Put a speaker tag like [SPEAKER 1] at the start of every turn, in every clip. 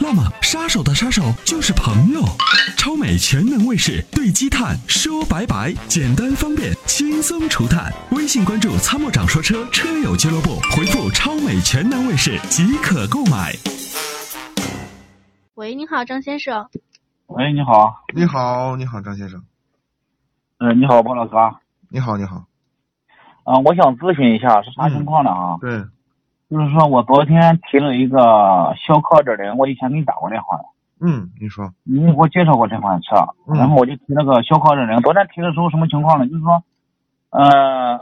[SPEAKER 1] 那么，杀手的杀手就是朋友。超美全能卫士对积碳说拜拜，简单方便，轻松除碳。微信关注“参谋长说车”车友俱乐部，回复“超美全能卫士”即可购买。
[SPEAKER 2] 喂，你好，张先生。
[SPEAKER 3] 喂，你好，
[SPEAKER 4] 你好，你好，张先生，
[SPEAKER 3] 呃，你好，包老师啊，
[SPEAKER 4] 你好，你好，
[SPEAKER 3] 啊、我想咨询一下是啥情况呢啊？
[SPEAKER 4] 对，嗯
[SPEAKER 3] 就是说我昨天提了一个小客这的，我以前给你打过电话的，
[SPEAKER 4] 嗯，你说，
[SPEAKER 3] 你给我介绍过这款车，
[SPEAKER 4] 嗯
[SPEAKER 3] 然后我就提了个小客这的，昨天提的时候什么情况呢？就是说，呃，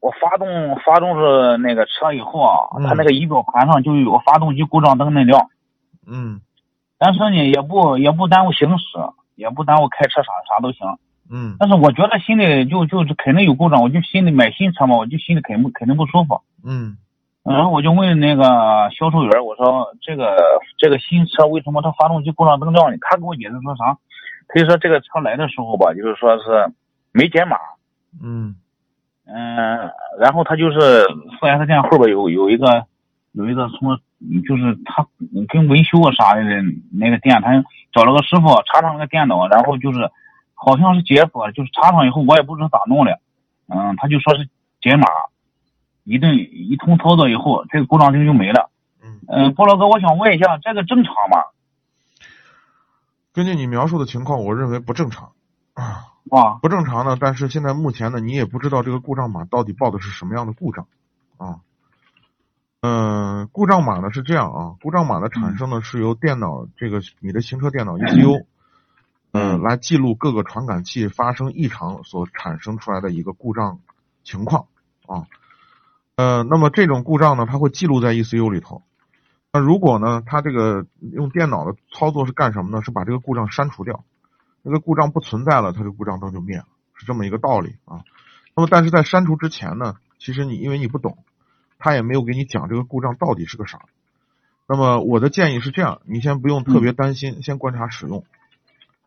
[SPEAKER 3] 我发动发动是那个车以后啊，
[SPEAKER 4] 嗯
[SPEAKER 3] 它那个仪表盘上就有个发动机故障灯那亮，
[SPEAKER 4] 嗯
[SPEAKER 3] 但是呢也不也不耽误行驶，也不耽误开车啥啥都行。
[SPEAKER 4] 嗯
[SPEAKER 3] 但是我觉得心里就就是肯定有故障，我就心里买新车嘛，我就心里肯定肯定不舒服。
[SPEAKER 4] 嗯
[SPEAKER 3] 然后我就问那个销售员，我说这个这个新车为什么它发动机故障灯亮呢？他给我解释说啥？他就说这个车来的时候吧，就是说是没解码，
[SPEAKER 4] 嗯
[SPEAKER 3] 嗯、然后他就是四 S 店后边有有一个有一个什么，就是他跟维修啊啥的那个店，他找了个师傅插上那个电脑，然后就是好像是解锁，就是插上以后我也不知道咋弄的，嗯，他就说是解码，一顿一通操作以后，这个故障灯就没了。
[SPEAKER 4] 嗯，
[SPEAKER 3] 嗯，菠萝哥，我想问一下，这个正常吗？
[SPEAKER 4] 根据你描述的情况，我认为不正常啊，
[SPEAKER 3] 啊，
[SPEAKER 4] 不正常呢。但是现在目前呢，你也不知道这个故障码到底报的是什么样的故障啊。嗯、故障码呢是这样啊，故障码的产生呢是由电脑这个你的行车电脑 ECU，呃，
[SPEAKER 3] 嗯
[SPEAKER 4] 来记录各个传感器发生异常所产生出来的一个故障情况啊。呃，那么这种故障呢，它会记录在 ECU 里头。那如果呢，它这个用电脑的操作是干什么呢？是把这个故障删除掉，那个故障不存在了，它这故障灯就灭了，是这么一个道理啊。那么但是在删除之前呢，其实你因为你不懂，他也没有给你讲这个故障到底是个啥。那么我的建议是这样，你先不用特别担心，先观察使用。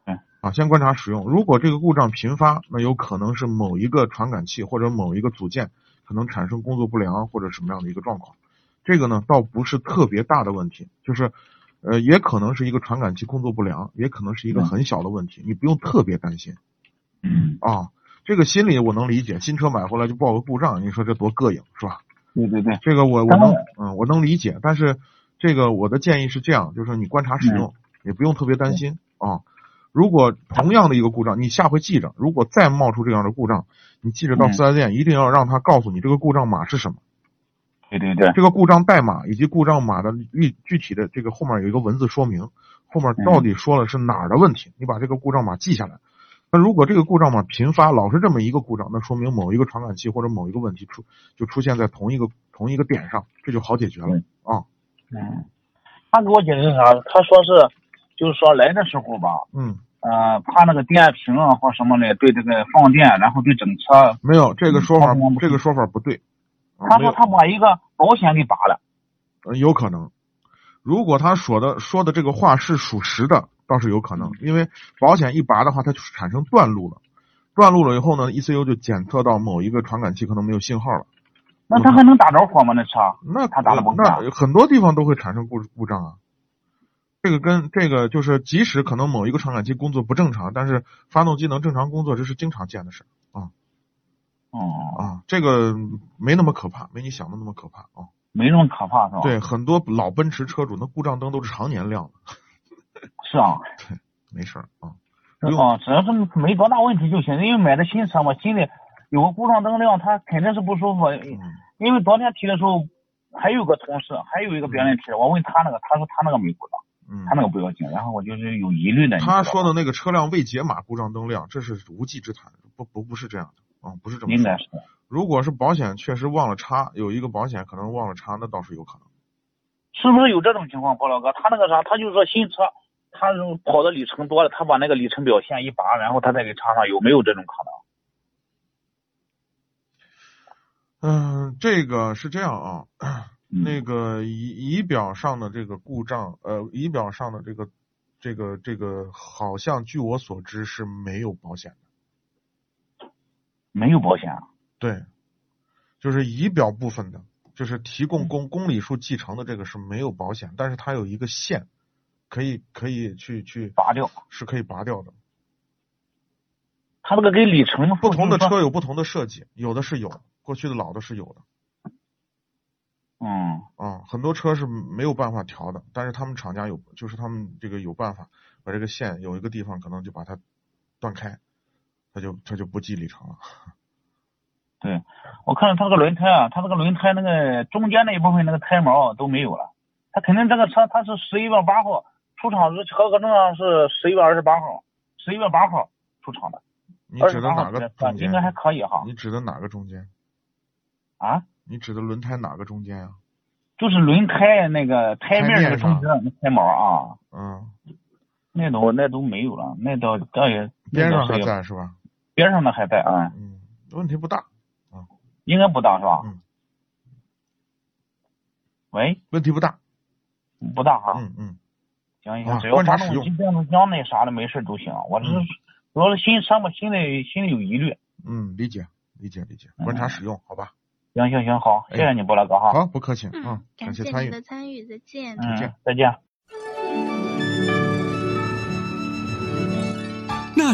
[SPEAKER 3] 嗯
[SPEAKER 4] 啊，先观察使用。如果这个故障频发，那有可能是某一个传感器或者某一个组件可能产生工作不良或者什么样的一个状况。这个呢，倒不是特别大的问题，就是，呃，也可能是一个传感器工作不良，也可能是一个
[SPEAKER 3] 嗯
[SPEAKER 4] 很小的问题，你不用特别担心
[SPEAKER 3] 嗯，
[SPEAKER 4] 啊。这个心理我能理解，新车买回来就报个故障，你说这多膈应是吧？
[SPEAKER 3] 对对对，
[SPEAKER 4] 这个我我
[SPEAKER 3] 当
[SPEAKER 4] 能
[SPEAKER 3] 然
[SPEAKER 4] 嗯我能理解，但是这个我的建议是这样，就是你观察使
[SPEAKER 3] 嗯
[SPEAKER 4] 用，也不用特别担心啊。如果同样的一个故障，你下回记着，如果再冒出这样的故障，你记着到
[SPEAKER 3] 嗯
[SPEAKER 4] 四 S 店一定要让他告诉你这个故障码是什么，
[SPEAKER 3] 对对对，
[SPEAKER 4] 这个故障代码以及故障码的具具体的这个后面有一个文字说明，后面到
[SPEAKER 3] 嗯
[SPEAKER 4] 底说了是哪儿的问题，你把这个故障码记下来。那如果这个故障码频发，老是这么一个故障，那说明某一个传感器或者某一个问题出就出现在同一个同一个点上，这就好解决了。
[SPEAKER 3] 嗯
[SPEAKER 4] 啊，
[SPEAKER 3] 嗯，他给我解释啥？他说是，就是说来的时候吧，
[SPEAKER 4] 嗯，
[SPEAKER 3] 呃，怕那个电瓶啊或什么的对这个放电，然后对整车。
[SPEAKER 4] 没有这个说法
[SPEAKER 3] 嗯他不，
[SPEAKER 4] 这个说法不对。啊
[SPEAKER 3] 他
[SPEAKER 4] 没
[SPEAKER 3] 说
[SPEAKER 4] 有
[SPEAKER 3] 他把一个保险给拔了。
[SPEAKER 4] 呃有可能，如果他说的说的这个话是属实的，倒是有可
[SPEAKER 3] 嗯
[SPEAKER 4] 能，因为保险一拔的话，它就产生断路了。断路了以后呢，ECU 就检测到某一个传感器可能没有信号了，嗯
[SPEAKER 3] 那他还能打着火吗？那车？哦
[SPEAKER 4] 那
[SPEAKER 3] 他打了
[SPEAKER 4] 呃
[SPEAKER 3] 蒙
[SPEAKER 4] 那
[SPEAKER 3] 卡
[SPEAKER 4] 很多地方都会产生故故障啊。这个跟这个就是，即使可能某一个传感器工作不正常，但是发动机能正常工作，这是经常见的事儿
[SPEAKER 3] 哦，
[SPEAKER 4] 啊。这个没那么可怕，没你想的那么可怕啊。
[SPEAKER 3] 没那么可怕是吧？，
[SPEAKER 4] 对，很多老奔驰车主那故障灯都是常年亮的，
[SPEAKER 3] 是啊，
[SPEAKER 4] 没事儿啊。不用
[SPEAKER 3] 哦，只要是没多大问题就行，因为买的新车嘛，心里有个故障灯亮，他肯定是不舒服。
[SPEAKER 4] 嗯
[SPEAKER 3] 因为昨天提的时候，还有个同事，还有一个别人提的，我问他那个，他说他那个没故障，
[SPEAKER 4] 嗯
[SPEAKER 3] 他，那个不要紧，然后我就是有疑虑的。你知道
[SPEAKER 4] 他
[SPEAKER 3] 吧
[SPEAKER 4] 说的那个车辆未解码故障灯亮，这是无稽之谈，不不不是这样的啊，不是这么
[SPEAKER 3] 应
[SPEAKER 4] 说
[SPEAKER 3] 该是的。
[SPEAKER 4] 如果是保险确实忘了插，有一个保险可能忘了插，那倒是有可能。
[SPEAKER 3] 是不是有这种情况，包老哥？他那个啥，他就说新车，他跑的里程多了，他把那个里程表线一拔，然后他再给插上，有没有这种可能？
[SPEAKER 4] 嗯，这个是这样啊，
[SPEAKER 3] 嗯
[SPEAKER 4] 那个仪仪表上的这个故障，呃，仪表上的这个这个这个，好像据我所知是没有保险的。
[SPEAKER 3] 没有保险啊，
[SPEAKER 4] 对，就是仪表部分的，就是提供
[SPEAKER 3] 嗯
[SPEAKER 4] 公公里数继承的这个是没有保险，但是它有一个线，可以可以去去
[SPEAKER 3] 拔掉。
[SPEAKER 4] 是可以拔掉的。
[SPEAKER 3] 他这个跟里程数
[SPEAKER 4] 不同的
[SPEAKER 3] 就是说
[SPEAKER 4] 车有不同的设计，有的是有，过去的老的是有的
[SPEAKER 3] 嗯，
[SPEAKER 4] 啊，很多车是没有办法调的，但是他们厂家有，就是他们这个有办法把这个线有一个地方可能就把它断开，它就它就不记里程了。
[SPEAKER 3] 对，我看到他这个轮胎啊，他这个轮胎那个中间那一部分那个胎毛啊都没有了，他肯定这个车他是十一月八号出厂日，合格证上是十一月二十八号，十一月八号出厂的，
[SPEAKER 4] 你
[SPEAKER 3] 二
[SPEAKER 4] 指
[SPEAKER 3] 十
[SPEAKER 4] 的
[SPEAKER 3] 八
[SPEAKER 4] 哪
[SPEAKER 3] 号
[SPEAKER 4] 个
[SPEAKER 3] 的
[SPEAKER 4] 中间
[SPEAKER 3] 应？该还可以哈
[SPEAKER 4] 你指的哪个中间？
[SPEAKER 3] 啊，
[SPEAKER 4] 你指的轮胎哪个中间呀、
[SPEAKER 3] 就是轮胎那个胎面
[SPEAKER 4] 胎面
[SPEAKER 3] 那个中间那胎毛啊，
[SPEAKER 4] 嗯，
[SPEAKER 3] 那都那都没有了，那倒倒也
[SPEAKER 4] 边上
[SPEAKER 3] 那倒
[SPEAKER 4] 还
[SPEAKER 3] 是
[SPEAKER 4] 在是吧？
[SPEAKER 3] 边上的还在啊，
[SPEAKER 4] 嗯，问题不大，
[SPEAKER 3] 应该不大是吧？
[SPEAKER 4] 嗯
[SPEAKER 3] 喂，
[SPEAKER 4] 问题不大。
[SPEAKER 3] 不大哈。
[SPEAKER 4] 嗯嗯，
[SPEAKER 3] 行
[SPEAKER 4] 啊
[SPEAKER 3] 行，只要
[SPEAKER 4] 观察
[SPEAKER 3] 发
[SPEAKER 4] 使
[SPEAKER 3] 动
[SPEAKER 4] 用
[SPEAKER 3] 机、变速箱那啥的没事都行。我只是
[SPEAKER 4] 嗯
[SPEAKER 3] 主要是心上面心里心里有疑虑。
[SPEAKER 4] 嗯，理解理解理解，观察使用，好吧？
[SPEAKER 3] 行行行，嗯好，谢谢你，波老哥哈。
[SPEAKER 4] 哎好，不客气，嗯，感
[SPEAKER 2] 感谢
[SPEAKER 4] 谢参
[SPEAKER 2] 您
[SPEAKER 4] 与。
[SPEAKER 2] 的参与，再见。
[SPEAKER 4] 再见
[SPEAKER 3] 嗯，再见。
[SPEAKER 1] 那